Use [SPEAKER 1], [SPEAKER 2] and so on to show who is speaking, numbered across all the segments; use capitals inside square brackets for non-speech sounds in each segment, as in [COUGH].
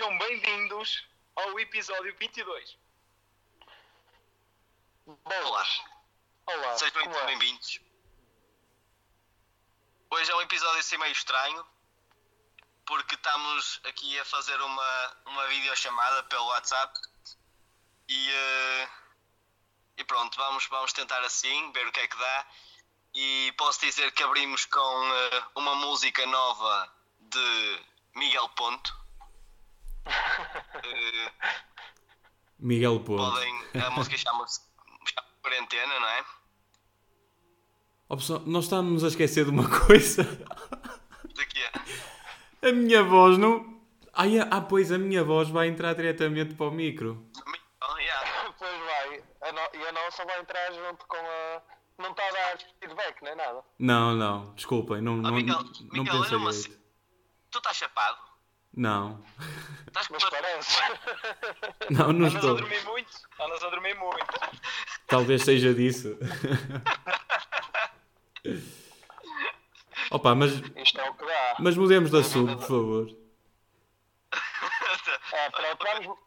[SPEAKER 1] Bem-vindos ao episódio 22.
[SPEAKER 2] Olá,
[SPEAKER 1] Olá,
[SPEAKER 2] sejam
[SPEAKER 1] como
[SPEAKER 2] muito
[SPEAKER 1] é?
[SPEAKER 2] bem-vindos. Hoje é um episódio assim meio estranho, porque estamos aqui a fazer uma, uma videochamada pelo WhatsApp e, eh, e pronto, vamos, vamos tentar assim, ver o que é que dá. E posso dizer que abrimos com eh, uma música nova de Miguel Ponto. Eh,
[SPEAKER 3] Miguel Ponte.
[SPEAKER 2] podem, a música chama-se chama-se Quarentena, não é?
[SPEAKER 3] Oh, pessoal, nós estamos a esquecer de uma [LAUGHS] coisa.
[SPEAKER 2] Daqui a...
[SPEAKER 3] A minha voz não. Ai, ah, pois a minha voz vai entrar diretamente para o micro.
[SPEAKER 2] Oh, yeah.
[SPEAKER 1] [LAUGHS] Pois vai, a no- e a nossa vai entrar junto com a. Não está a dar feedback nem nada.
[SPEAKER 3] Não, não, desculpem, não, não,
[SPEAKER 2] Miguel,
[SPEAKER 3] não
[SPEAKER 2] Miguel,
[SPEAKER 3] pensei
[SPEAKER 2] era uma
[SPEAKER 3] direito.
[SPEAKER 2] ci- Tu estás chapado?
[SPEAKER 3] Não,
[SPEAKER 2] Estás com
[SPEAKER 1] Mas [LAUGHS] parece.
[SPEAKER 3] não, não
[SPEAKER 1] Andas a
[SPEAKER 3] estou.
[SPEAKER 1] dormir muito? Andas a dormir muito.
[SPEAKER 3] Talvez seja disso. Opa, mas,
[SPEAKER 1] Isto é o que dá.
[SPEAKER 3] mas mudemos de assunto, por favor.
[SPEAKER 1] É, pronto, vamos.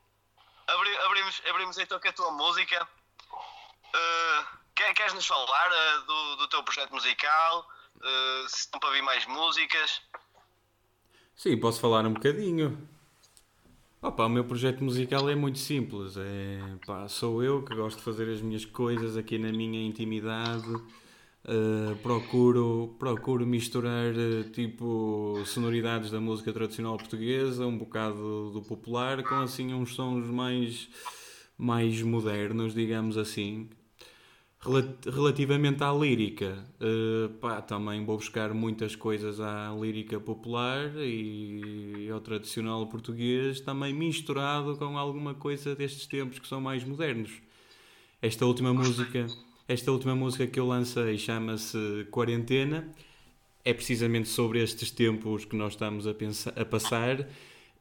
[SPEAKER 2] Abri- abrimos, abrimos então com a tua música. Uh, quer- queres nos falar uh, do, do teu projeto musical? Uh, se estão para vir mais músicas?
[SPEAKER 3] Sim, posso falar um bocadinho. Opa, o meu projeto musical é muito simples. É, pá, sou eu que gosto de fazer as minhas coisas aqui na minha intimidade. Uh, procuro, procuro misturar eh, tipo sonoridades da música tradicional portuguesa, um bocado do popular, com assim uns sons mais, mais modernos, digamos assim. Rela- Relativamente à lírica, eh, pá, também vou buscar muitas coisas à lírica popular e ao tradicional português, também misturado com alguma coisa destes tempos que são mais modernos. Esta última música, esta última música que eu lancei chama-se Quarentena. É precisamente sobre estes tempos que nós estamos a, pensa- a passar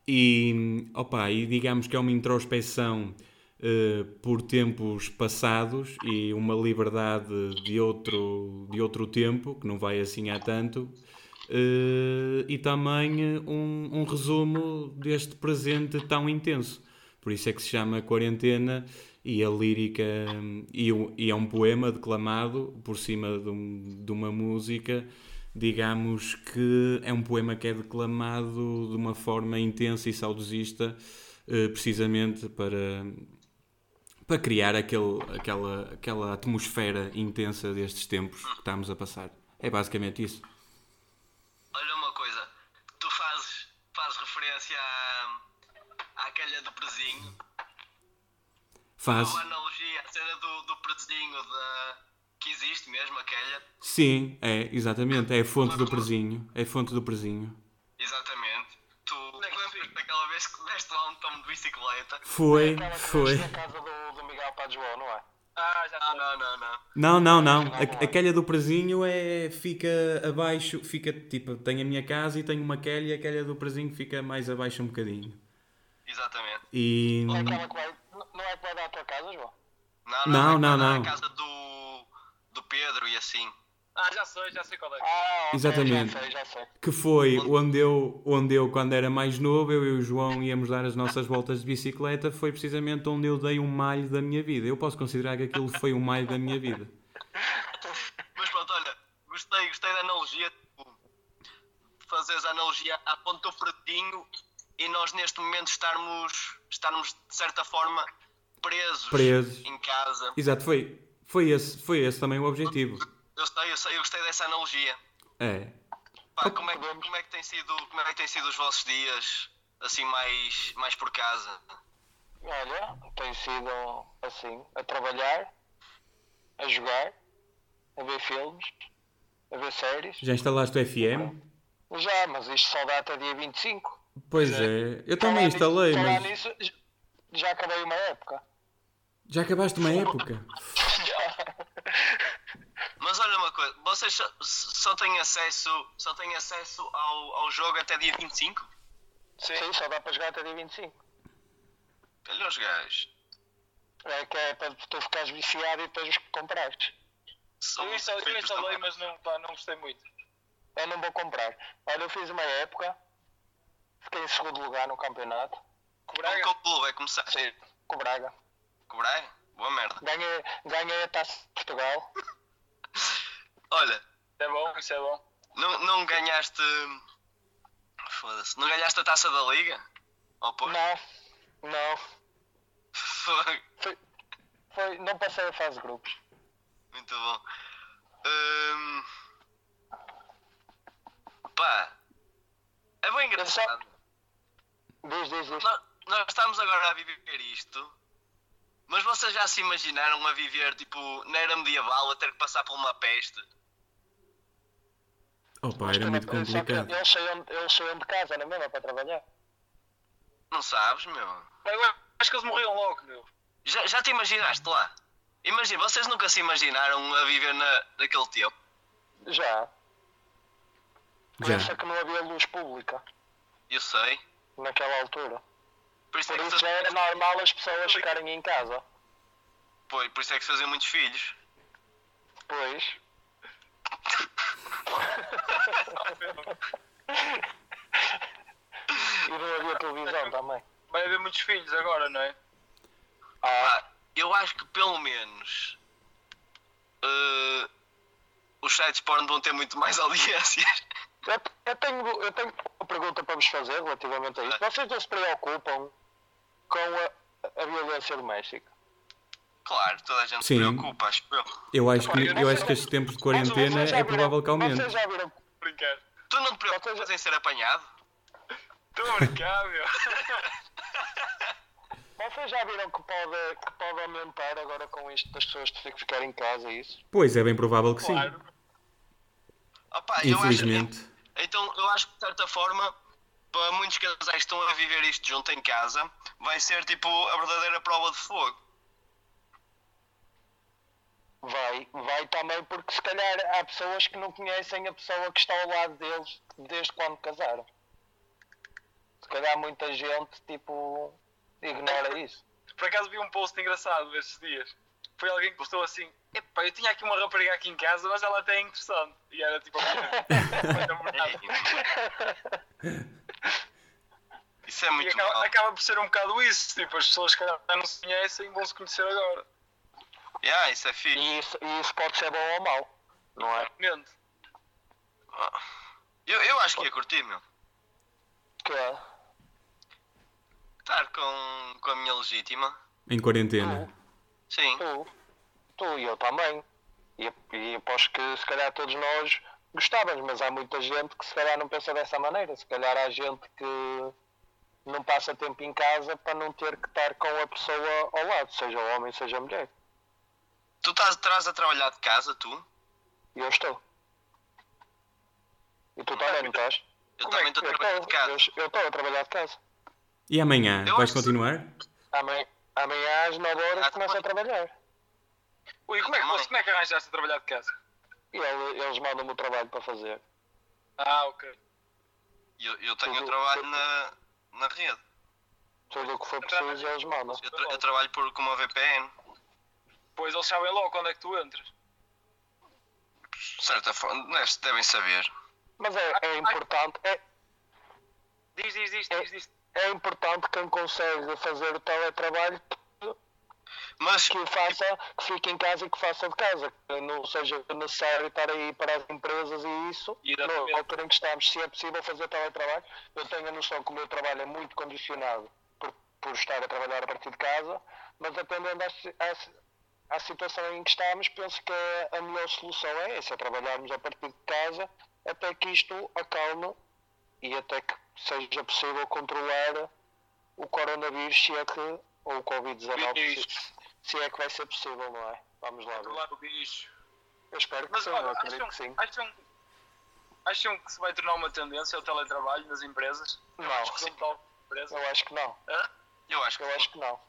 [SPEAKER 3] e, opa, e digamos que é uma introspeção eh, por tempos passados e uma liberdade de outro, de outro tempo, que não vai assim há tanto, eh, e também eh, um, um resumo deste presente tão intenso. Por isso é que se chama Quarentena e a lírica hum, e, o- e é um poema declamado por cima de, um- de uma música. Digamos que é um poema que é declamado de uma forma intensa e saudosista, eh, precisamente para, para criar aquele, aquela, aquela atmosfera intensa destes tempos que estamos a passar. É basicamente isso.
[SPEAKER 2] Olha uma coisa, tu fazes, fazes referência à, àquela do presinho,
[SPEAKER 3] Faz.
[SPEAKER 2] uma analogia à cena do, do presinho da, que existe mesmo, aquela.
[SPEAKER 3] Sim, é, exatamente. É a fonte do presinho. É a fonte do presinho.
[SPEAKER 2] Exatamente. Tu lembras daquela vez que deste lá um tomo de bicicleta?
[SPEAKER 3] Foi,
[SPEAKER 1] Aquela que
[SPEAKER 3] foi.
[SPEAKER 1] viste na casa do, do Miguel Padua, não é?
[SPEAKER 2] Ah, já Não, não, não.
[SPEAKER 3] Não, não, não. A, aquela do presinho é, fica abaixo, fica tipo, tenho a minha casa e tenho uma aquela e a aquela do presinho fica mais abaixo um bocadinho.
[SPEAKER 2] Exatamente.
[SPEAKER 3] E
[SPEAKER 1] É aquela que vai. n- Não é que vai dar à tua casa, João?
[SPEAKER 2] Não,
[SPEAKER 3] Não,
[SPEAKER 2] é que vai
[SPEAKER 3] não,
[SPEAKER 2] dar
[SPEAKER 3] não.
[SPEAKER 2] A casa do, do Pedro e assim.
[SPEAKER 4] Ah, já sei, já sei qual é.
[SPEAKER 1] Ah, ok,
[SPEAKER 3] Exatamente.
[SPEAKER 1] Já sei, já sei.
[SPEAKER 3] que foi onde eu, onde eu, quando era mais novo, eu e o João íamos dar as nossas voltas de bicicleta, foi precisamente onde eu dei um malho da minha vida. Eu posso considerar que aquilo foi um malho da minha vida.
[SPEAKER 2] Mas pronto, olha, gostei, gostei da analogia. tipo, Fazeres a analogia à ponta do pretinho e nós neste momento estarmos, estarmos de certa forma presos,
[SPEAKER 3] Presos.
[SPEAKER 2] em casa.
[SPEAKER 3] Exato, foi, foi, esse, foi esse também o objetivo.
[SPEAKER 2] Eu sei, eu sei, eu gostei dessa analogia.
[SPEAKER 3] É.
[SPEAKER 2] Pá, como, é, que- como é que tem sido, como é que tem sido os vossos dias assim mais, mais por casa?
[SPEAKER 1] Olha, tem sido assim, a trabalhar, a jogar, a ver filmes, a ver séries.
[SPEAKER 3] Já instalaste o FM?
[SPEAKER 1] Já, mas isto só dá até dia 25.
[SPEAKER 3] Pois é.
[SPEAKER 1] Falar
[SPEAKER 3] Eu também
[SPEAKER 1] nisso-
[SPEAKER 3] instalei,
[SPEAKER 1] falar
[SPEAKER 3] mas
[SPEAKER 1] nisso, j- já acabei uma
[SPEAKER 4] [LAUGHS]
[SPEAKER 1] época.
[SPEAKER 3] já acabaste uma época.
[SPEAKER 2] Mas olha uma coisa, vocês só, só têm acesso, só têm acesso ao, ao jogo até dia 25?
[SPEAKER 1] Sim. só dá para jogar até dia 25.
[SPEAKER 2] Olha os gajos.
[SPEAKER 1] É que é para tu ficares viciado e depois os comprares.
[SPEAKER 2] São
[SPEAKER 4] Eu instalei, eu
[SPEAKER 2] feitos da
[SPEAKER 4] instalei
[SPEAKER 2] mão.
[SPEAKER 4] mas não, pá, não gostei muito.
[SPEAKER 1] Eu não vou comprar. Olha, eu fiz uma época, fiquei em segundo lugar no campeonato.
[SPEAKER 4] Braga?
[SPEAKER 2] com o clube vai começar?
[SPEAKER 1] Sim, com o Braga.
[SPEAKER 2] Cobrar? Boa merda.
[SPEAKER 1] Ganhei, ganhei a taça de Portugal.
[SPEAKER 2] Olha,
[SPEAKER 4] Isso é bom, isso é bom.
[SPEAKER 2] não, não ganhaste. Foda-se. Não ganhaste a taça da liga? Oh, pô. [LAUGHS]
[SPEAKER 1] Não, não.
[SPEAKER 2] Fogo.
[SPEAKER 1] Foi, foi, não passei a fase de grupos.
[SPEAKER 2] Muito bom. Hum... Pá. É bem engraçado.
[SPEAKER 1] Diz, diz, diz.
[SPEAKER 2] Nós, nós estamos agora a viver isto. Mas vocês já se imaginaram a viver, tipo, na era medieval, a ter que passar por uma peste?
[SPEAKER 3] Opa, era muito
[SPEAKER 1] Só que
[SPEAKER 3] complicado.
[SPEAKER 1] Eles saíam, eles saíam de casa, não é mesmo? Para trabalhar.
[SPEAKER 2] Não sabes, meu?
[SPEAKER 4] Mas eu acho que eles morriam logo, meu.
[SPEAKER 2] Já, já te imaginaste lá? Imagina, vocês nunca se imaginaram a viver na, naquele tempo?
[SPEAKER 1] Já.
[SPEAKER 3] Já.
[SPEAKER 1] Pensa que não havia luz pública
[SPEAKER 2] Eu sei.
[SPEAKER 1] naquela altura.
[SPEAKER 2] Por isso, é
[SPEAKER 1] Por
[SPEAKER 2] que
[SPEAKER 1] isso já era
[SPEAKER 2] se-
[SPEAKER 1] normal as pessoas ficarem em casa.
[SPEAKER 2] Pois, por isso é que se faziam muitos filhos.
[SPEAKER 1] Pois. e não havia televisão também.
[SPEAKER 4] Vai haver muitos filhos agora, não é?
[SPEAKER 1] Ah,
[SPEAKER 2] Pá, eu acho que pelo menos eh, os sites porno vão ter muito mais [LAUGHS] audiências.
[SPEAKER 1] eu, eu tenho, eu tenho uma pergunta para vos fazer relativamente a isso. Vocês não se preocupam com a, a violência doméstica?
[SPEAKER 2] Claro, toda a gente se
[SPEAKER 3] Sim.
[SPEAKER 2] preocupa, acho eu.
[SPEAKER 3] Eu acho que, eu acho que estes tempos de quarentena
[SPEAKER 1] Vocês já
[SPEAKER 3] é
[SPEAKER 1] viram-
[SPEAKER 3] provável que aumente.
[SPEAKER 1] Vocês já viram
[SPEAKER 4] Brincar.
[SPEAKER 2] Tu não te preocupas em ser apanhado? [LAUGHS]
[SPEAKER 4] Estou a brincar, meu.
[SPEAKER 1] Vocês já viram que pode, que pode aumentar agora com isto das pessoas terem que ficar em casa e isso?
[SPEAKER 3] Pois, é bem provável que sim.
[SPEAKER 4] Claro.
[SPEAKER 2] Opa, eu acho-
[SPEAKER 3] Infelizmente.
[SPEAKER 2] então eu acho que de certa forma, para muitos casais que estão a viver isto junto em casa, vai ser tipo a verdadeira prova de fogo.
[SPEAKER 1] Vai, vai também porque se calhar há pessoas que não conhecem a pessoa que está ao lado deles desde quando casaram. Se calhar muita gente, tipo, ignora isso.
[SPEAKER 4] Por acaso vi um post engraçado estes dias. Foi alguém que postou assim: Epá, eu tinha aqui uma rapariga aqui em casa, mas ela até é interessante. E era tipo a [LAUGHS] minha- a namorada. [LAUGHS]
[SPEAKER 2] Isso é
[SPEAKER 4] E
[SPEAKER 2] muito
[SPEAKER 4] acaba,
[SPEAKER 2] mal.
[SPEAKER 4] acaba por ser um bocado isso. Tipo, as pessoas que calhar não se conhecem vão se conhecer agora.
[SPEAKER 2] Yeah, isso é fixe.
[SPEAKER 1] E isso, e isso pode ser bom ou mau, não é?
[SPEAKER 4] Mente.
[SPEAKER 2] Eu, eu acho que ia curtir, meu.
[SPEAKER 1] Que é.
[SPEAKER 2] Estar com, com a minha legítima.
[SPEAKER 3] Em quarentena.
[SPEAKER 2] Sim.
[SPEAKER 1] Tu, tu e eu também. E, e aposto que se calhar todos nós gostávamos, mas há muita gente que se calhar não pensa dessa maneira. Se calhar há gente que não passa tempo em casa para não ter que estar com a pessoa ao lado, seja homem, seja mulher.
[SPEAKER 2] Tu estás atrás a trabalhar de casa, tu?
[SPEAKER 1] E eu estou. E tu também não estás?
[SPEAKER 2] Eu
[SPEAKER 4] Como é
[SPEAKER 2] também estou a
[SPEAKER 4] que
[SPEAKER 1] Eu
[SPEAKER 2] trabalhar de casa.
[SPEAKER 1] estou, eu- eu estou a trabalhar de casa.
[SPEAKER 3] E amanhã?
[SPEAKER 2] Eu
[SPEAKER 3] Vais
[SPEAKER 2] acho que-
[SPEAKER 3] continuar?
[SPEAKER 1] Amanhã, amanhã às 9 horas
[SPEAKER 2] Ah,
[SPEAKER 1] começo a trabalhar.
[SPEAKER 4] Ui, como é, que,
[SPEAKER 2] Também.
[SPEAKER 4] mas como é que arranjaste a trabalhar de casa?
[SPEAKER 1] E ele- eles mandam-me o trabalho para fazer.
[SPEAKER 4] Ah, ok.
[SPEAKER 2] Eu, eu tenho
[SPEAKER 1] Tudo-
[SPEAKER 2] trabalho
[SPEAKER 1] tudo-
[SPEAKER 2] na, na rede.
[SPEAKER 1] Tudo o que for preciso, eles mandam.
[SPEAKER 2] Eu, tra- eu trabalho por, com uma VPN.
[SPEAKER 4] Pois eles sabem logo quando é que tu entras.
[SPEAKER 2] De certa forma, deves- devem saber.
[SPEAKER 1] Mas é, é importante, é,
[SPEAKER 4] Diz, diz, diz, diz, diz.
[SPEAKER 1] é importante quem consegue fazer o teletrabalho
[SPEAKER 2] Mas,
[SPEAKER 1] que o faça, que fique em casa e que faça de casa. Que não seja necessário estar aí para as empresas e isso.
[SPEAKER 4] Exatamente.
[SPEAKER 1] Na altura em que estamos, se é possível fazer teletrabalho, eu tenho a noção que o meu trabalho é muito condicionado por, por estar a trabalhar a partir de casa, mas dependendo à, si- à si- à situação em que estamos, penso que a- a melhor solução é essa, é trabalharmos a partir de casa até que isto acalme e até que seja possível controlar o coronavírus, se é que, ou o Covid-19, se, se é que vai ser possível, não é? Vamos lá ver.
[SPEAKER 4] Claro, bicho.
[SPEAKER 1] Eu espero que
[SPEAKER 4] Mas
[SPEAKER 1] sim, eu
[SPEAKER 4] olha,
[SPEAKER 1] acredito
[SPEAKER 4] acham,
[SPEAKER 1] que sim.
[SPEAKER 4] acham, acham que se vai tornar uma tendência o teletrabalho nas empresas?
[SPEAKER 1] Não.
[SPEAKER 4] Acho que são tal empresa.
[SPEAKER 1] Eu acho que não.
[SPEAKER 4] Hã?
[SPEAKER 2] eu acho que.
[SPEAKER 1] Eu acho que não.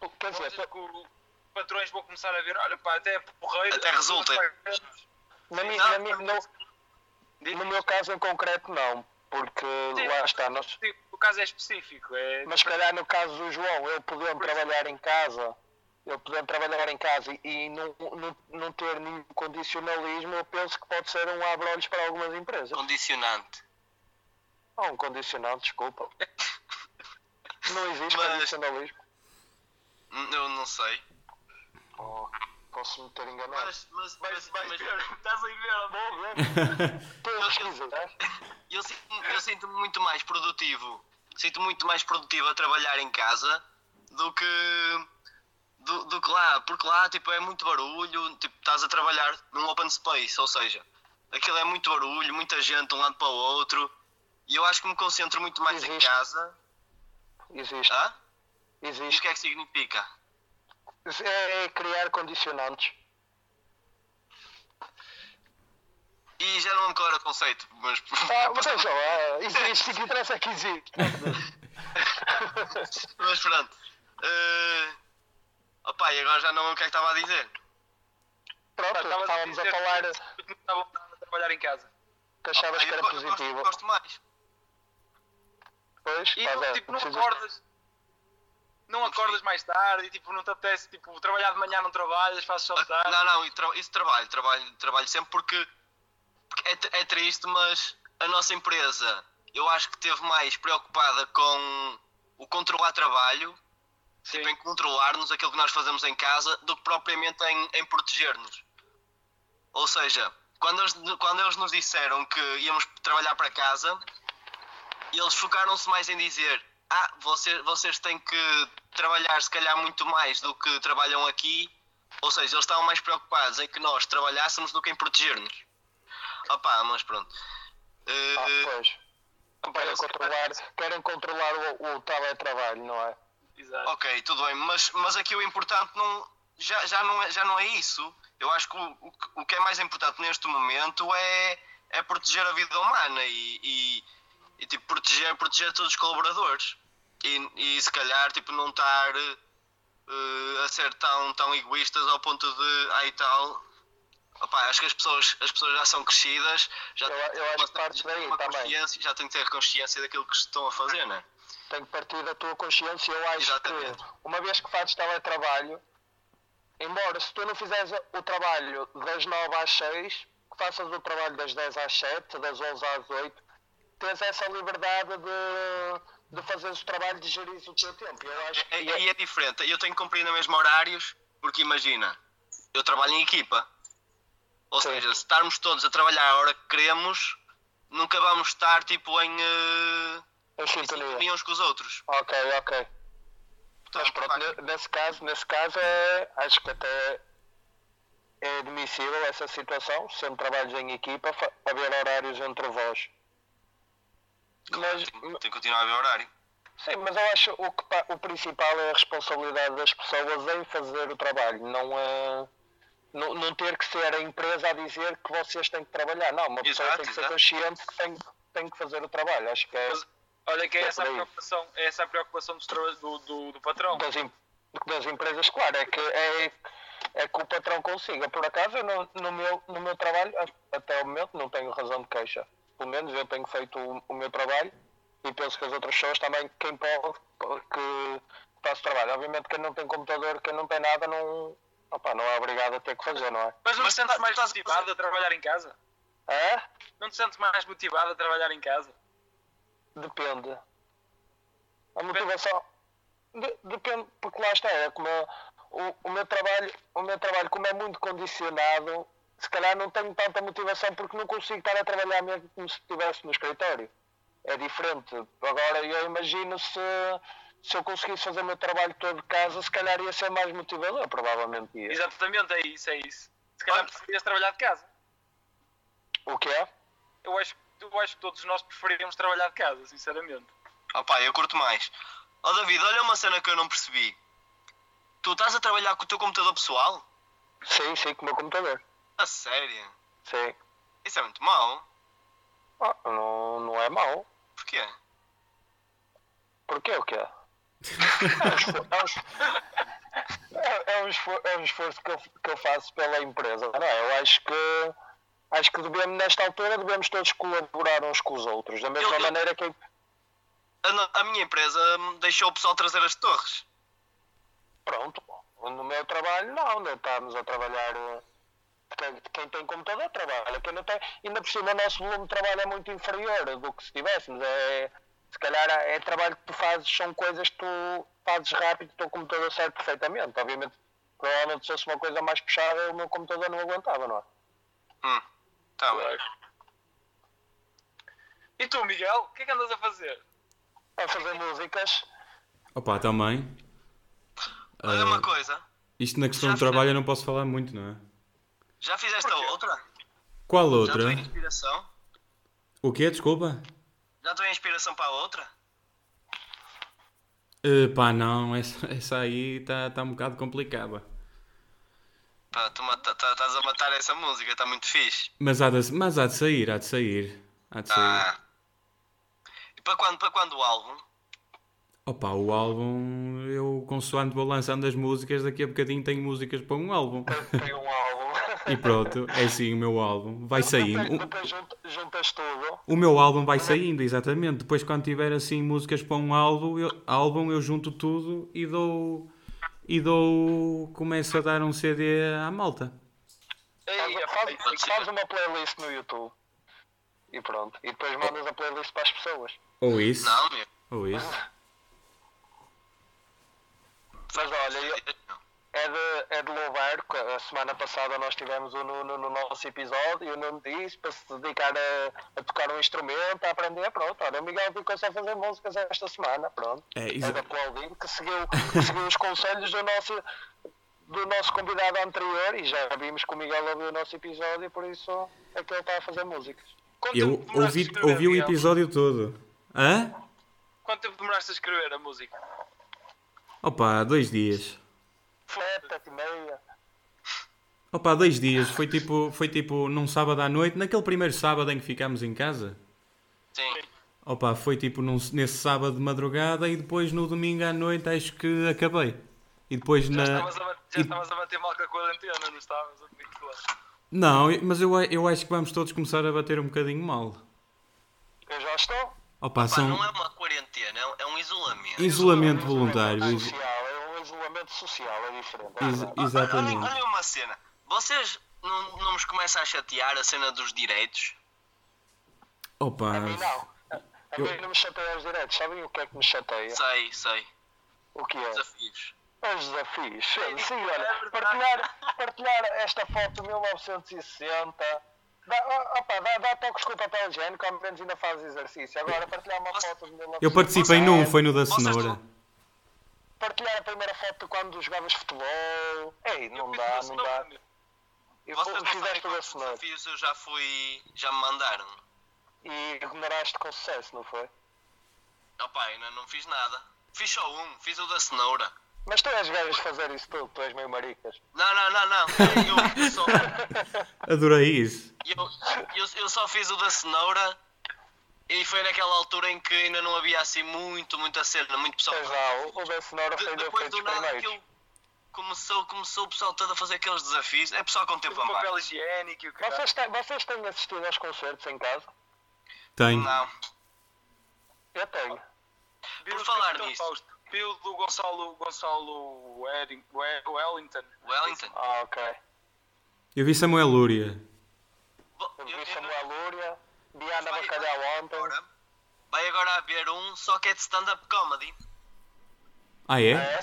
[SPEAKER 1] Quer
[SPEAKER 4] Não
[SPEAKER 1] dizer,
[SPEAKER 4] achas que os patrões vão começar a ver, olha pá, até é porreiro. é
[SPEAKER 2] Até resulta.
[SPEAKER 1] na minha-
[SPEAKER 2] Não,
[SPEAKER 1] na minha- no, no meu caso em concreto, não. Porque
[SPEAKER 4] Sim.
[SPEAKER 1] lá está, nós.
[SPEAKER 4] Sim, O caso é específico. É...
[SPEAKER 1] Mas se calhar no caso do João, ele podendo trabalhar em casa, ele podendo trabalhar em casa e, e não, não, não ter nenhum condicionalismo, eu penso que pode ser um abre-olhos para algumas empresas.
[SPEAKER 2] Condicionante.
[SPEAKER 4] [LAUGHS]
[SPEAKER 1] Ou um condicional, desculpa. Não existe
[SPEAKER 2] Mas-
[SPEAKER 1] condicionalismo.
[SPEAKER 2] Eu não sei.
[SPEAKER 1] Oh, posso me ter enganado.
[SPEAKER 2] Mas, mas,
[SPEAKER 4] Vais,
[SPEAKER 2] mas,
[SPEAKER 4] vais
[SPEAKER 2] mas-
[SPEAKER 4] ver, estás a ir ver a
[SPEAKER 1] Vou [LAUGHS]
[SPEAKER 4] boa.
[SPEAKER 1] ver. Estou a pesquisar.
[SPEAKER 2] eu sinto- eu sinto-me muito mais produtivo. Sinto muito mais produtivo a trabalhar em casa do que do, do que lá, porque lá tipo, é muito barulho, tipo, estás a trabalhar num open space, ou seja, aquilo é muito barulho, muita gente de um lado para o outro, e eu acho que me concentro muito mais em
[SPEAKER 1] Existe.
[SPEAKER 2] casa.
[SPEAKER 1] Existe.
[SPEAKER 2] Hã? E o
[SPEAKER 1] Existe.
[SPEAKER 2] que é que significa?
[SPEAKER 1] É, é criar condicionantes.
[SPEAKER 2] E já não me declaro o conceito, mas [LAUGHS]
[SPEAKER 1] Ah, mas veja lá, existe. O que interessa é que existe.
[SPEAKER 2] Mas pronto. Eh, Opa, e agora já não o que é que estava a dizer.
[SPEAKER 1] Pronto,
[SPEAKER 4] Estavas a
[SPEAKER 1] estávamos a
[SPEAKER 4] dizer
[SPEAKER 1] falar
[SPEAKER 4] que não estavam a trabalhar em casa.
[SPEAKER 1] que achavas
[SPEAKER 2] Opa,
[SPEAKER 1] que era
[SPEAKER 2] Ah, eu go- gosto-
[SPEAKER 1] positivo.
[SPEAKER 2] Gosto mais.
[SPEAKER 1] Pois,
[SPEAKER 4] E
[SPEAKER 1] pá,
[SPEAKER 4] não,
[SPEAKER 1] Zé,
[SPEAKER 4] tipo, não
[SPEAKER 1] precisas-
[SPEAKER 4] acordas. Não acordas mais tarde e tipo, não te apetece tipo, trabalhar de manhã, não trabalhas, fazes só de tarde.
[SPEAKER 2] Não, não, e tra- isso trabalho, trabalho, trabalho sempre porque, porque é, tr- é triste, mas a nossa empresa eu acho que esteve mais preocupada com o controlar trabalho, tipo,
[SPEAKER 4] Sim.
[SPEAKER 2] em controlar-nos aquilo que nós fazemos em casa, do que propriamente em, em proteger-nos. Ou seja, quando eles, quando eles nos disseram que íamos trabalhar para casa, eles focaram-se mais em dizer: Ah, vocês, vocês têm que trabalhar se calhar muito mais do que trabalham aqui. Ou seja, eles estavam mais preocupados em que nós trabalhássemos do que em proteger-nos. Opá, mas pronto. Eh,
[SPEAKER 1] Ah, pois. Querem
[SPEAKER 2] parece que-
[SPEAKER 1] controlar, querem controlar o, o teletrabalho, não é?
[SPEAKER 4] Exato.
[SPEAKER 2] Ok, tudo bem, mas, mas aqui o importante não, já, já, não é, já não é isso. Eu acho que o, o que- o que é mais importante neste momento é, é proteger a vida humana e, e, e, tipo, proteger, proteger todos os colaboradores. E, e se calhar tipo, não estar eh, a ser tão, tão egoístas ao ponto de ai tal. Opá, acho que as pessoas, as pessoas já são crescidas, já,
[SPEAKER 1] Eu- eu acho
[SPEAKER 2] têm uma-
[SPEAKER 1] que parte
[SPEAKER 2] já têm
[SPEAKER 1] daí
[SPEAKER 2] uma
[SPEAKER 1] também.
[SPEAKER 2] consciência- já têm que ter consciência daquilo que estão a fazer, não é?
[SPEAKER 1] Tem que partir da tua consciência. Eu acho
[SPEAKER 2] Exatamente.
[SPEAKER 1] que, uma vez que fazes teletrabalho, embora se tu não fizeres o trabalho das 9 às 6, que faças o trabalho das 10 às 7, das 11 às 8, tens essa liberdade de, de fazeres o trabalho de gerir o teu tempo. Eu acho que
[SPEAKER 2] É- é- E é diferente, eu tenho que cumprir na mesma horários, porque imagina, eu trabalho em equipa. Ou
[SPEAKER 1] Sim.
[SPEAKER 2] seja, se estarmos todos a trabalhar a hora que queremos, nunca vamos estar tipo em, eh,
[SPEAKER 1] eu
[SPEAKER 2] em
[SPEAKER 1] sintonia.
[SPEAKER 2] sintonia uns com os outros.
[SPEAKER 1] Ok, ok. Mas
[SPEAKER 2] Portanto,
[SPEAKER 1] É, pronto,
[SPEAKER 2] pá,
[SPEAKER 1] ne- nesse caso, nesse caso é, acho que até é admissível essa situação, sendo trabalhos em equipa, fa- haver horários entre vós. Mas,
[SPEAKER 2] tem que continuar a ver horário.
[SPEAKER 1] sim, mas eu acho o que pa- o principal é a responsabilidade das pessoas em fazer o trabalho, não é não, não ter que ser a empresa a dizer que vocês têm que trabalhar. Não, uma pessoa
[SPEAKER 2] Exato,
[SPEAKER 1] tem que ser
[SPEAKER 2] exato.
[SPEAKER 1] consciente que tem, tem que fazer o trabalho. Acho que é
[SPEAKER 4] Mas, olha que é
[SPEAKER 1] É
[SPEAKER 4] essa a
[SPEAKER 1] por aí.
[SPEAKER 4] preocupação, é essa a preocupação dos traba- do, do, do patrão.
[SPEAKER 1] das, em- das empresas, claro, é que, é, é que o patrão consiga. Por acaso, eu não- no, meu, no meu trabalho, a- até o momento, não tenho razão de queixa. Pelo menos eu tenho feito o, o meu trabalho e penso que as outras pessoas também, quem pode, po- que faz o trabalho. Obviamente, quem não tem computador, quem não tem nada, não, opá, não é obrigado a ter que fazer, não é?
[SPEAKER 4] Mas não
[SPEAKER 2] Mas
[SPEAKER 4] te sentes
[SPEAKER 2] tá-
[SPEAKER 4] mais
[SPEAKER 2] estás a
[SPEAKER 4] motivado
[SPEAKER 2] fazer-
[SPEAKER 4] a trabalhar em casa?
[SPEAKER 1] É?
[SPEAKER 4] Não te sentes mais motivado a trabalhar em casa?
[SPEAKER 1] Depende. A motivação. de- depende, porque lá está, é como eu- o, o meu trabalho, o meu trabalho, como é muito condicionado, se calhar não tenho tanta motivação porque não consigo estar a trabalhar mesmo como se estivesse no escritório. É diferente. Agora eu imagino se, se eu conseguisse fazer o meu trabalho todo de casa, se calhar ia ser mais motivador, provavelmente ia.
[SPEAKER 4] Exatamente, é isso, é isso. Se calhar
[SPEAKER 2] Olha-
[SPEAKER 4] preferias trabalhar de casa.
[SPEAKER 1] O que é?
[SPEAKER 4] Eu acho, eu acho que todos nós preferíamos trabalhar de casa, sinceramente.
[SPEAKER 2] Opá, Ah, eu curto mais. Ó David, olha uma cena que eu não percebi. Tu estás a trabalhar com o teu computador pessoal?
[SPEAKER 1] Sim, sim, com o meu computador.
[SPEAKER 2] A sério?
[SPEAKER 1] Sim.
[SPEAKER 2] Isso é muito mau.
[SPEAKER 1] Ah, não, não é mau.
[SPEAKER 2] Porquê?
[SPEAKER 1] Porquê o que é? É um esfor- é um esfor- [LAUGHS] é- é um esfor- é um esforço que eu, que eu faço pela empresa. Não, é? eu acho que acho que devemos, nesta altura devemos todos colaborar uns com os outros. Da mesma
[SPEAKER 2] Eu- eu-
[SPEAKER 1] maneira que
[SPEAKER 2] A, no- a minha empresa hum, deixou o pessoal trazer as torres.
[SPEAKER 1] pronto, no meu trabalho não, não estamos a trabalhar. eh, Quem, quem tem computador trabalha, quem não tem, ainda por cima o nosso volume de trabalho é muito inferior do que se tivéssemos. É, Se calhar é trabalho que tu fazes, são coisas que tu fazes rápido, o teu computador serve perfeitamente. Obviamente, provavelmente se fosse uma coisa mais puxada, o meu computador não aguentava, não é?
[SPEAKER 2] Hum, tá bem.
[SPEAKER 4] E tu, Miguel, o que é que andas a fazer?
[SPEAKER 1] A fazer músicas,
[SPEAKER 3] Opa, também.
[SPEAKER 2] Olha
[SPEAKER 3] Ah,
[SPEAKER 2] uma coisa,
[SPEAKER 3] Isto na questão
[SPEAKER 2] Já
[SPEAKER 3] do trabalho eu não posso falar muito, não é?
[SPEAKER 2] já fizeste a outra?
[SPEAKER 3] Qual
[SPEAKER 2] Já estou
[SPEAKER 3] outra?
[SPEAKER 2] em inspiração?
[SPEAKER 3] O quê? Desculpa?
[SPEAKER 2] Já estou em inspiração para a outra?
[SPEAKER 3] Eh, pá, não, essa, essa aí está tá um bocado complicada.
[SPEAKER 2] Pá, tu mata- tá- estás a matar essa música, está muito fixe.
[SPEAKER 3] Mas há, de, mas há de sair, há de sair. Há de sair.
[SPEAKER 2] Ah. E para quando, para quando o álbum?
[SPEAKER 3] Opa, o álbum, eu consoante vou lançando as músicas, daqui a bocadinho tenho músicas para um álbum.
[SPEAKER 1] tem um álbum.
[SPEAKER 3] E pronto, é assim o meu álbum. Vai
[SPEAKER 1] Depois,
[SPEAKER 3] saindo.
[SPEAKER 1] depois junta- juntas tudo.
[SPEAKER 3] O, o meu álbum vai saindo, exatamente. Depois, quando tiver assim músicas para um álbum, eu, álbum, eu junto tudo e dou. E dou. Começo a dar um CD à malta.
[SPEAKER 4] Ei,
[SPEAKER 1] é,
[SPEAKER 2] Tá
[SPEAKER 1] Faz,
[SPEAKER 4] rapaz,
[SPEAKER 1] faz- faz uma playlist no YouTube. E pronto. E depois mandas a playlist para as pessoas.
[SPEAKER 3] Ou isso.
[SPEAKER 2] Não, meu.
[SPEAKER 3] Ou isso.
[SPEAKER 1] Mas olha, eu- é de, é de louvar que a semana passada nós tivemos o Nuno no nosso episódio e o Nuno disse para se dedicar a, a tocar um instrumento, a aprender, pronto. Olha, o Miguel ficou-se a fazer músicas esta semana, pronto.
[SPEAKER 3] É,
[SPEAKER 1] É
[SPEAKER 3] exa-
[SPEAKER 1] de aplaudir que seguiu, que seguiu os conselhos do nosso, do nosso convidado anterior e já vimos que o Miguel ouviu o nosso episódio, por isso é que ele está a fazer músicas.
[SPEAKER 4] quanto tempo
[SPEAKER 3] eu
[SPEAKER 4] demoraste a
[SPEAKER 3] ouvi,
[SPEAKER 4] escrever,
[SPEAKER 3] ouvi o
[SPEAKER 4] Miguel?
[SPEAKER 3] episódio todo. Hã?
[SPEAKER 4] Quanto tempo demoraste a escrever a música?
[SPEAKER 3] Opa, dois dias.
[SPEAKER 1] Sete, e meia.
[SPEAKER 3] Opa, dois dias. Foi tipo, foi tipo num sábado à noite, naquele primeiro sábado em que ficámos em casa.
[SPEAKER 2] Sim.
[SPEAKER 3] Opa, foi tipo num- nesse sábado de madrugada e depois no domingo à noite acho que acabei. E depois
[SPEAKER 4] Já,
[SPEAKER 3] na.
[SPEAKER 4] estavas, a bater, já
[SPEAKER 3] e-
[SPEAKER 4] estavas a bater mal com a quarentena, não estavas? Ou como é que foi?
[SPEAKER 3] Não, mas eu, a- eu acho que vamos todos começar a bater um bocadinho mal.
[SPEAKER 1] Eu já estou.
[SPEAKER 3] Opa,
[SPEAKER 2] Pá,
[SPEAKER 3] são
[SPEAKER 2] não é uma quarentena, é um- é um isolamento.
[SPEAKER 3] isolamento voluntário.
[SPEAKER 1] É um
[SPEAKER 3] is-
[SPEAKER 1] social, é um isolamento social, é diferente. é
[SPEAKER 3] is-
[SPEAKER 1] verdade.
[SPEAKER 2] Olha,
[SPEAKER 3] exatamente.
[SPEAKER 2] olha uma cena. Vocês não, não nos começam a chatear a cena dos direitos?
[SPEAKER 3] Opa,
[SPEAKER 1] A
[SPEAKER 2] É
[SPEAKER 1] mim não. A- A
[SPEAKER 3] Eu-
[SPEAKER 1] mim não me chateia os direitos. Sabem o que é que me chateia?
[SPEAKER 2] Sei, sei.
[SPEAKER 1] O que é?
[SPEAKER 2] Desafios.
[SPEAKER 1] Os desafios. Sim,
[SPEAKER 4] é
[SPEAKER 1] olha,
[SPEAKER 4] verdade.
[SPEAKER 1] partilhar, partilhar esta foto de 1960. Dá, ó- opa, dá, dá toques com o papel higiênico, ao menos ainda faz exercício. Agora, partilhar uma foto de 1960.
[SPEAKER 3] eu participei
[SPEAKER 2] é-
[SPEAKER 3] num, foi no da
[SPEAKER 2] Vocês
[SPEAKER 3] cenoura.
[SPEAKER 2] estão-
[SPEAKER 1] Partilhar a primeira foto de quando jogavas futebol. Ei, não
[SPEAKER 4] Fiz
[SPEAKER 1] dá,
[SPEAKER 4] uma
[SPEAKER 1] não dá.
[SPEAKER 4] cenoura.
[SPEAKER 1] Eu
[SPEAKER 2] Vocês não sabem
[SPEAKER 1] fizeste o da
[SPEAKER 2] quantos
[SPEAKER 1] cenoura
[SPEAKER 2] desafios eu já fui. já me mandaram.
[SPEAKER 1] e ignoraste com sucesso, não foi?
[SPEAKER 2] Opa, ainda não fiz nada. Fiz só um, fiz o da cenoura.
[SPEAKER 1] Mas tu és gajo de fazer isso tudo, tu és meio maricas.
[SPEAKER 2] Não, não, não, não. Eu só, um,
[SPEAKER 4] [LAUGHS]
[SPEAKER 3] Adorei isso.
[SPEAKER 2] eu, eu, eu só fiz o da cenoura e foi naquela altura em que ainda não havia assim muito, muita cena, muito pessoal.
[SPEAKER 1] Pois não, o da cenoura
[SPEAKER 2] De-
[SPEAKER 1] É, foi meu
[SPEAKER 2] depois
[SPEAKER 1] feito
[SPEAKER 2] do nada
[SPEAKER 1] primeiro.
[SPEAKER 2] aquilo começou, começou o pessoal todo a fazer aqueles desafios. É pessoal com tempo
[SPEAKER 4] Com
[SPEAKER 2] a mais.
[SPEAKER 4] papel higiênico e o caralho.
[SPEAKER 1] Vocês têm, vocês têm assistido aos concertos em casa?
[SPEAKER 3] Tenho.
[SPEAKER 2] Não.
[SPEAKER 1] Eu tenho.
[SPEAKER 4] Vi
[SPEAKER 2] Por
[SPEAKER 4] o é
[SPEAKER 2] falar
[SPEAKER 4] Capitão
[SPEAKER 2] nisso.
[SPEAKER 4] Fausto. Vi o do Gonçalo, Gonçalo Wedding- We- Wellington.
[SPEAKER 2] Wellington.
[SPEAKER 1] Ah, ok.
[SPEAKER 3] Eu vi Samuel Lúria.
[SPEAKER 2] Bo-
[SPEAKER 1] Eu
[SPEAKER 2] eu-
[SPEAKER 1] vi
[SPEAKER 2] eu-
[SPEAKER 1] Samuel Lúria, Diana
[SPEAKER 2] Vai-
[SPEAKER 1] Bacalhau ontem.
[SPEAKER 2] agora- Vai agora haver um, só que é de stand-up comedy.
[SPEAKER 3] Ah, é?
[SPEAKER 1] É?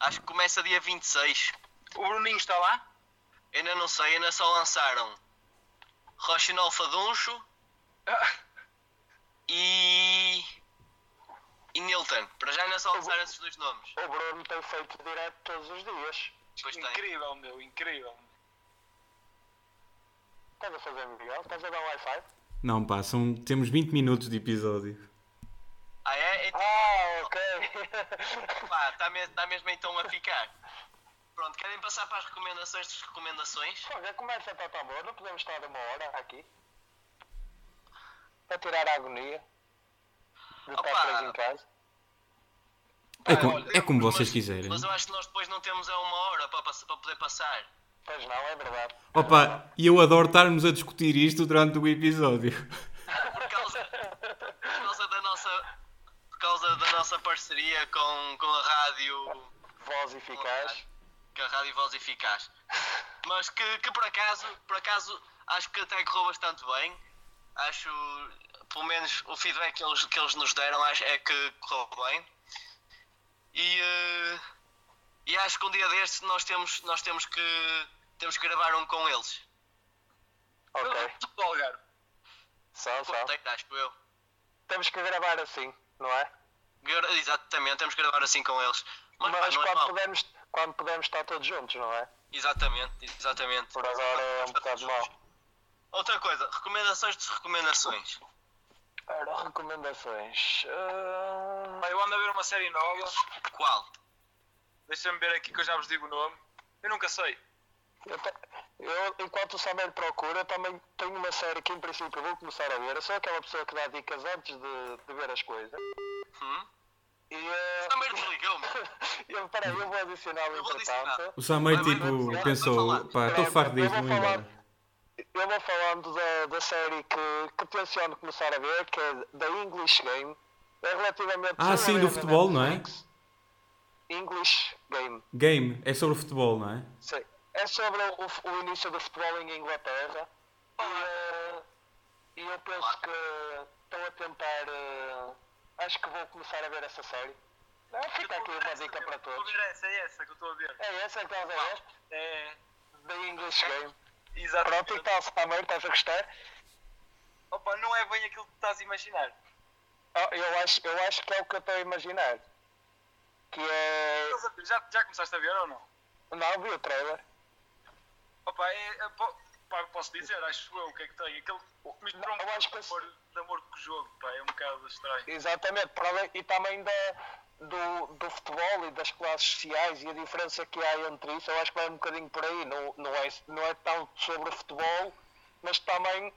[SPEAKER 2] Acho que começa dia 26.
[SPEAKER 4] O Bruninho está lá?
[SPEAKER 2] Ainda não sei, ainda só lançaram Rochinol Faduncho
[SPEAKER 4] Ah.
[SPEAKER 2] e. e Nilton. Para já ainda só lançaram esses dois nomes.
[SPEAKER 1] O Bruno tem feito direto todos os dias.
[SPEAKER 2] Depois tem.
[SPEAKER 4] Incrível, meu, incrível.
[SPEAKER 1] Estás a fazer, Miguel? Estás a dar Wi-Fi?
[SPEAKER 3] Não, pá, são, temos 20 minutos de episódio.
[SPEAKER 2] Ah, é? Então,
[SPEAKER 1] Ah, [LAUGHS] ok.
[SPEAKER 2] pá, está me, tá mesmo então a ficar. Pronto, querem passar para as recomendações das recomendações?
[SPEAKER 1] Olha, começa a estar boa, tá não podemos estar uma hora aqui. Para tirar a agonia de estar
[SPEAKER 2] Opa.
[SPEAKER 1] preso em casa.
[SPEAKER 3] É, com-
[SPEAKER 2] olha,
[SPEAKER 3] é como vocês
[SPEAKER 2] mas-
[SPEAKER 3] quiserem.
[SPEAKER 2] Mas eu acho que nós depois não temos a uma hora para, pass- para poder passar.
[SPEAKER 1] Pois não, é verdade.
[SPEAKER 3] Opa, e eu adoro estarmos a discutir isto durante o episódio.
[SPEAKER 2] Por causa, por causa da nossa. Por causa da nossa parceria com, com a rádio.
[SPEAKER 1] Voz eficaz.
[SPEAKER 2] que a rádio voz eficaz. Mas que, que por acaso, por acaso, acho que até correu bastante bem. Acho. pelo menos o feedback que eles, que eles nos deram acho- é que correu bem. E, eh, e acho que um dia destes nós temos, nós temos que temos que gravar um com eles.
[SPEAKER 1] Ok,
[SPEAKER 4] Tudo do Algarve.
[SPEAKER 1] só, só.
[SPEAKER 2] Corteiro, acho eu.
[SPEAKER 1] Temos que gravar assim, não é?
[SPEAKER 2] Gra- Exatamente, temos que gravar assim com eles. Mas,
[SPEAKER 1] Mas,
[SPEAKER 2] pá, não é
[SPEAKER 1] quando,
[SPEAKER 2] mal.
[SPEAKER 1] pudermos, quando pudermos estar todos juntos, não é?
[SPEAKER 2] Exatamente, exatamente.
[SPEAKER 1] Por agora é um bocado mau.
[SPEAKER 2] Outra coisa, recomendações de recomendações.
[SPEAKER 1] Ora, recomendações. Ah,
[SPEAKER 4] Pá, eu ando a ver uma série nova.
[SPEAKER 2] Qual?
[SPEAKER 4] Deixa-me ver aqui que eu já vos digo o nome. Eu nunca sei.
[SPEAKER 1] eu te- eu, enquanto o Samuel procura, eu também tenho uma série que em princípio vou começar a ver. Eu sou aquela pessoa que dá dicas antes de, de ver as coisas.
[SPEAKER 2] Hum?
[SPEAKER 1] E ah,
[SPEAKER 2] Também desligou-me.
[SPEAKER 1] [LAUGHS] eu, peraí, eu vou adicioná-lo
[SPEAKER 2] Eu vou
[SPEAKER 1] entretanto.
[SPEAKER 2] adicionar.
[SPEAKER 3] O Samei,
[SPEAKER 2] Vai, vai,
[SPEAKER 3] tipo,
[SPEAKER 2] vai, vai
[SPEAKER 3] pensou,
[SPEAKER 2] falar.
[SPEAKER 3] pá, estou farto disto, é, vou embora.
[SPEAKER 1] Eu vou falando da, da série que, que tenciono começar a ver, que é da English Game. É relativamente.
[SPEAKER 3] Ah, sim, do futebol, não é?
[SPEAKER 1] English Game.
[SPEAKER 3] Game, é sobre futebol, não é?
[SPEAKER 1] Sim. É sobre o, f- o início do futebol em Inglaterra. E, eh, e eu penso que estou a tentar. eh, acho que vou começar a ver essa série. Ah, fica aqui uma dica para
[SPEAKER 4] Estou a
[SPEAKER 1] todos.
[SPEAKER 4] ver essa, é essa que eu estou a ver.
[SPEAKER 1] É essa que estás a ver?
[SPEAKER 4] É.
[SPEAKER 1] Da English Game.
[SPEAKER 4] Exatamente.
[SPEAKER 1] Pronto, e tal, Samuel, estás a gostar?
[SPEAKER 4] Opa, não é bem aquilo que estás a imaginar.
[SPEAKER 1] Ah, eu, acho, eu acho que é o que eu estou a imaginar. Que é.
[SPEAKER 4] Estás a ver? Já, já começaste a ver ou não?
[SPEAKER 1] Não, vi o trailer.
[SPEAKER 4] Opa, é, é, po- pá, posso dizer, acho eu o que é que tem. Aquele misturou um
[SPEAKER 1] eu acho que
[SPEAKER 4] bocado de amor, de amor com o jogo, pá, é um bocado estranho.
[SPEAKER 1] Exatamente, para além- e também da, do, do futebol e das classes sociais e a diferença que há entre isso, eu acho que vai um bocadinho por aí. Não, não, é, não é tão sobre o futebol, mas também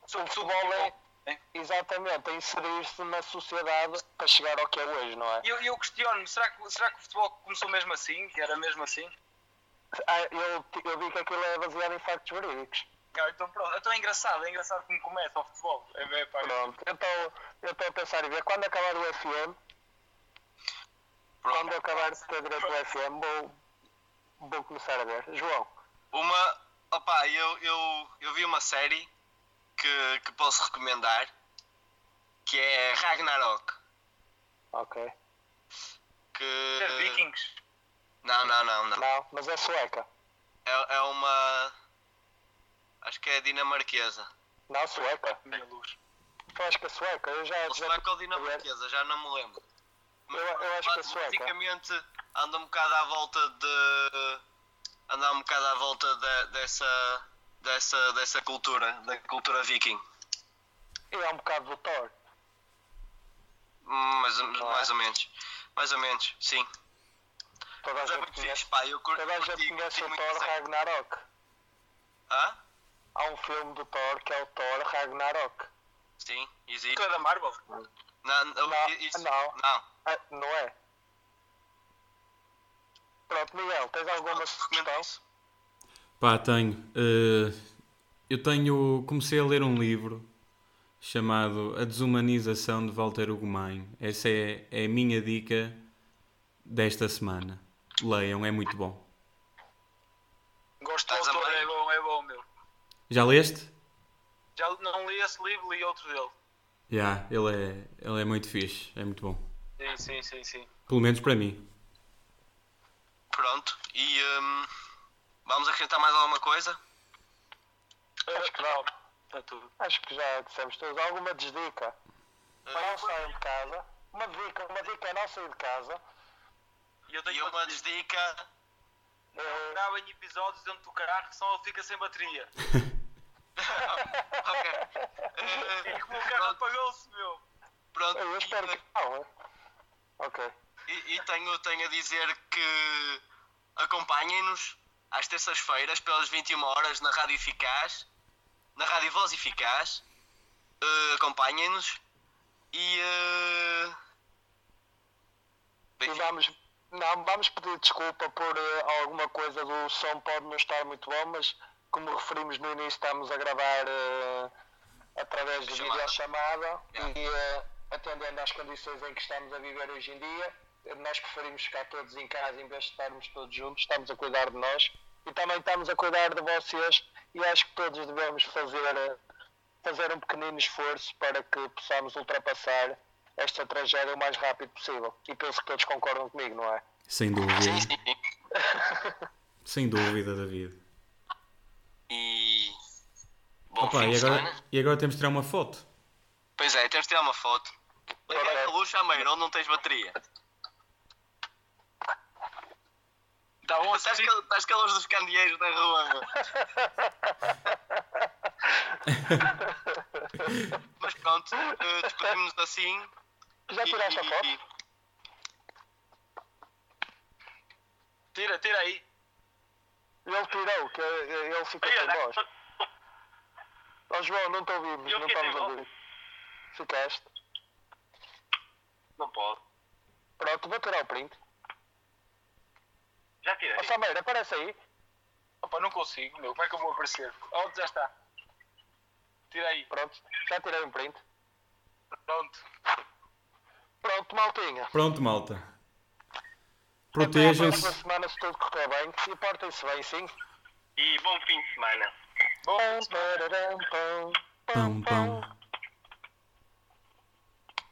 [SPEAKER 1] o futebol é,
[SPEAKER 4] É.
[SPEAKER 1] exatamente, é inserir-se na sociedade para chegar ao que é hoje, não é?
[SPEAKER 4] E eu, eu questiono-me, será que, será que o futebol começou mesmo assim? Que era mesmo assim?
[SPEAKER 1] Ah, Eu, eu vi que aquilo é baseado em factos verídicos.
[SPEAKER 4] Cara, então pronto, então é engraçado, é engraçado como começa o futebol. É, é, pá,
[SPEAKER 1] Pronto, eu estou- Então, eu estou a pensar em ver quando acabar o FM, quando
[SPEAKER 2] Pronto.
[SPEAKER 1] acabar o direito do FM, vou, vou começar a ver. João,
[SPEAKER 2] Uma. Opa, eu, eu, eu vi uma série que, que posso recomendar que é Ragnarok.
[SPEAKER 1] ok.
[SPEAKER 2] Que.
[SPEAKER 4] é vikings.
[SPEAKER 2] Não, não, não, não.
[SPEAKER 1] Não, mas é sueca.
[SPEAKER 2] É, é uma. Acho que é dinamarquesa.
[SPEAKER 1] Não, sueca.
[SPEAKER 4] Minha luz.
[SPEAKER 1] Eu acho que é sueca. Eu já.
[SPEAKER 2] Ou
[SPEAKER 1] já-
[SPEAKER 2] sueca ou é dinamarquesa, já não me lembro.
[SPEAKER 1] Eu- eu acho que é sueca.
[SPEAKER 2] basicamente anda um bocado à volta de. anda um bocado à volta de- dessa. dessa. dessa cultura, da cultura viking.
[SPEAKER 1] eu é um bocado do Thor.
[SPEAKER 2] Hum, Mais, mais ou menos. Mais ou menos, sim.
[SPEAKER 1] Toda a
[SPEAKER 2] Mas é
[SPEAKER 1] gente
[SPEAKER 2] muito fixe,
[SPEAKER 1] conhece,
[SPEAKER 2] pá, eu curto
[SPEAKER 1] toda a gente
[SPEAKER 2] curti- curti
[SPEAKER 1] conhece o
[SPEAKER 2] muito
[SPEAKER 1] Thor
[SPEAKER 2] essa-
[SPEAKER 1] Ragnarok.
[SPEAKER 2] Hã?
[SPEAKER 1] Há um filme do Thor que é o Thor Ragnarok.
[SPEAKER 2] Sim, existe.
[SPEAKER 4] Aquilo é da Marvel?
[SPEAKER 2] Não, não,
[SPEAKER 1] Não,
[SPEAKER 2] isso,
[SPEAKER 1] não.
[SPEAKER 2] não.
[SPEAKER 1] Ah, não é? Pronto, Miguel, tens alguma
[SPEAKER 2] Recomendo
[SPEAKER 1] sugestão?
[SPEAKER 2] isso.
[SPEAKER 3] Pá, tenho. Eh, eu tenho. Comecei a ler um livro chamado A Desumanização de Walter Ugumem. Essa é, é a minha dica desta semana. Leiam, é muito bom.
[SPEAKER 4] Gosto do
[SPEAKER 2] Estás a
[SPEAKER 4] autor,
[SPEAKER 2] meio?
[SPEAKER 4] é bom, é bom, meu.
[SPEAKER 3] Já leste?
[SPEAKER 4] Já não li esse livro, li outro dele.
[SPEAKER 3] Já, ele, é, ele é muito fixe, é muito bom.
[SPEAKER 4] Sim, sim, sim, sim.
[SPEAKER 3] Pelo menos para mim.
[SPEAKER 2] Pronto, e hum, vamos acrescentar mais alguma coisa?
[SPEAKER 4] Acho que não. Está Tá tudo.
[SPEAKER 1] Acho que já dissemos todos. Alguma desdica? Não saiam de casa. Uma dica, uma dica é não sair de casa.
[SPEAKER 4] E eu
[SPEAKER 2] E
[SPEAKER 4] tenho
[SPEAKER 2] uma
[SPEAKER 4] uma
[SPEAKER 2] desdica.
[SPEAKER 1] Eh,
[SPEAKER 4] gravem episódios dentro do carro, senão ele fica sem bateria.
[SPEAKER 2] [LAUGHS] Ok.
[SPEAKER 4] [LAUGHS] É
[SPEAKER 2] Eh,
[SPEAKER 4] como o carro
[SPEAKER 2] pronto,
[SPEAKER 4] apagou-se, meu.
[SPEAKER 2] pronto.
[SPEAKER 1] Eu espero que não. eh? Ok.
[SPEAKER 2] E, e tenho, tenho a dizer que acompanhem-nos às terças-feiras pelas 21 horas na Rádio Eficaz, na Rádio Voz Eficaz. Eh, acompanhem-nos e. eh,
[SPEAKER 1] E
[SPEAKER 2] bem,
[SPEAKER 1] vamos, não, vamos pedir desculpa por eh, alguma coisa do som pode não estar muito bom, mas como referimos no início, estamos a gravar eh, através de
[SPEAKER 2] Chamada.
[SPEAKER 1] videochamada
[SPEAKER 2] Yeah.
[SPEAKER 1] e eh, atendendo às condições em que estamos a viver hoje em dia, eh, nós preferimos ficar todos em casa em vez de estarmos todos juntos, estamos a cuidar de nós e também estamos a cuidar de vocês e acho que todos devemos fazer eh, fazer um pequenino esforço para que possamos ultrapassar esta tragédia o mais rápido possível. E penso que todos concordam comigo, não é?
[SPEAKER 3] Sem dúvida.
[SPEAKER 2] Sim, sim, sim.
[SPEAKER 3] Sem dúvida, David.
[SPEAKER 2] E. Bom
[SPEAKER 3] Opa,
[SPEAKER 2] fim
[SPEAKER 3] e,
[SPEAKER 2] de
[SPEAKER 3] agora,
[SPEAKER 2] semana.
[SPEAKER 3] e agora temos de tirar uma foto.
[SPEAKER 2] Pois é, temos de tirar uma foto.
[SPEAKER 1] Ora
[SPEAKER 2] Liga
[SPEAKER 1] bem.
[SPEAKER 2] a luz à meia, onde não tens bateria.
[SPEAKER 4] Dá bom
[SPEAKER 2] Estás com estás com a luz dos candeeiros da rua, meu. Mas pronto, eh, despedimos-nos assim.
[SPEAKER 1] Já tiraste a foto?
[SPEAKER 4] Tira, tira aí.
[SPEAKER 1] Ele tirou, que eh, ele ficou
[SPEAKER 4] Tira,
[SPEAKER 1] sem
[SPEAKER 4] dá-
[SPEAKER 1] voz. Ó João, não te ouvimos,
[SPEAKER 4] Eu
[SPEAKER 1] não
[SPEAKER 4] fiquei sem
[SPEAKER 1] estamos a
[SPEAKER 4] voz.
[SPEAKER 1] ouvir. Ficaste.
[SPEAKER 4] Não pode.
[SPEAKER 1] Pronto, vou tirar o print.
[SPEAKER 4] Já tirei.
[SPEAKER 1] Ó Sameiro, aparece aí.
[SPEAKER 4] Opa, não consigo, meu. Como é que eu vou aparecer? Ó, já está. Tira aí.
[SPEAKER 1] Pronto, já tirei um print.
[SPEAKER 4] Pronto.
[SPEAKER 1] Pronto, maltinha.
[SPEAKER 3] Pronto, malta.
[SPEAKER 1] Até à próxima
[SPEAKER 3] Protejam-se.
[SPEAKER 1] semana, se tudo correr bem. E portem-se bem, sim.
[SPEAKER 2] E bom fim de semana.
[SPEAKER 4] Bom,
[SPEAKER 1] Pam, pararam, pam,
[SPEAKER 3] Pão, pão.